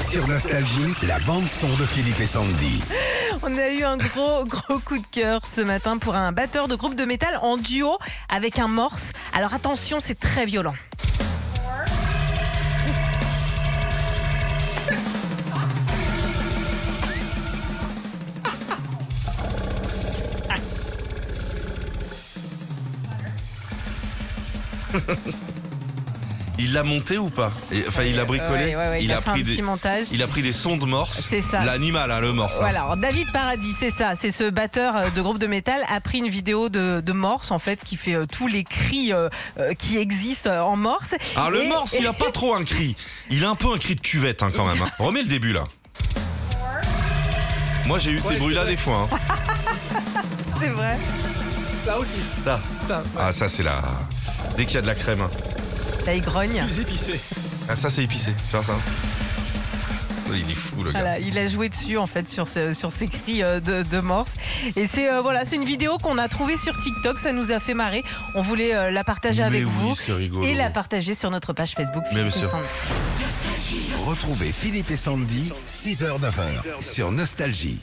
Sur Nostalgie, la bande-son de Philippe et Sandy. On a eu un gros, gros coup de cœur ce matin pour un batteur de groupe de métal en duo avec un morse. Alors attention, c'est très violent. Il l'a monté ou pas Et- Enfin, il l'a bricolé. Ouais, ouais, ouais, il, a, fait un petit des, montage. il a pris des sons de morse. C'est ça. L'animal, hein, le morse. hein. Voilà, alors David Paradis, c'est ça, c'est ce batteur euh, de groupe de métal a pris une vidéo de, de Morse en fait qui fait euh, tous les cris euh, euh, qui existent euh, en Morse. Alors, Ah, le Et- morse, il a pas trop un cri. Il a un peu un cri de cuvette, hein, quand même. hein. Remets le début, là. Moi, j'ai eu ces bruits-là des fois. hein. C'est vrai. Là aussi, Là. ça, Ah, ça, c'est la. Dès qu'il y a de la crème. hein. Là, il grogne. plus épicé. Ah, ça, c'est épicé. Tu vois ça Oh, Il est fou, le gars. Voilà, il a joué dessus en fait sur ce- sur ces cris euh, de, de Morse. Et c'est euh, voilà, c'est une vidéo qu'on a trouvée sur TikTok, ça nous a fait marrer. On voulait euh, la partager Mais avec oui, vous c'est rigolo. et la partager sur notre page Facebook. Mais bien Philippe et sûr. Sandy. Retrouvez Philippe et Sandy, 6h-9h, sur Nostalgie.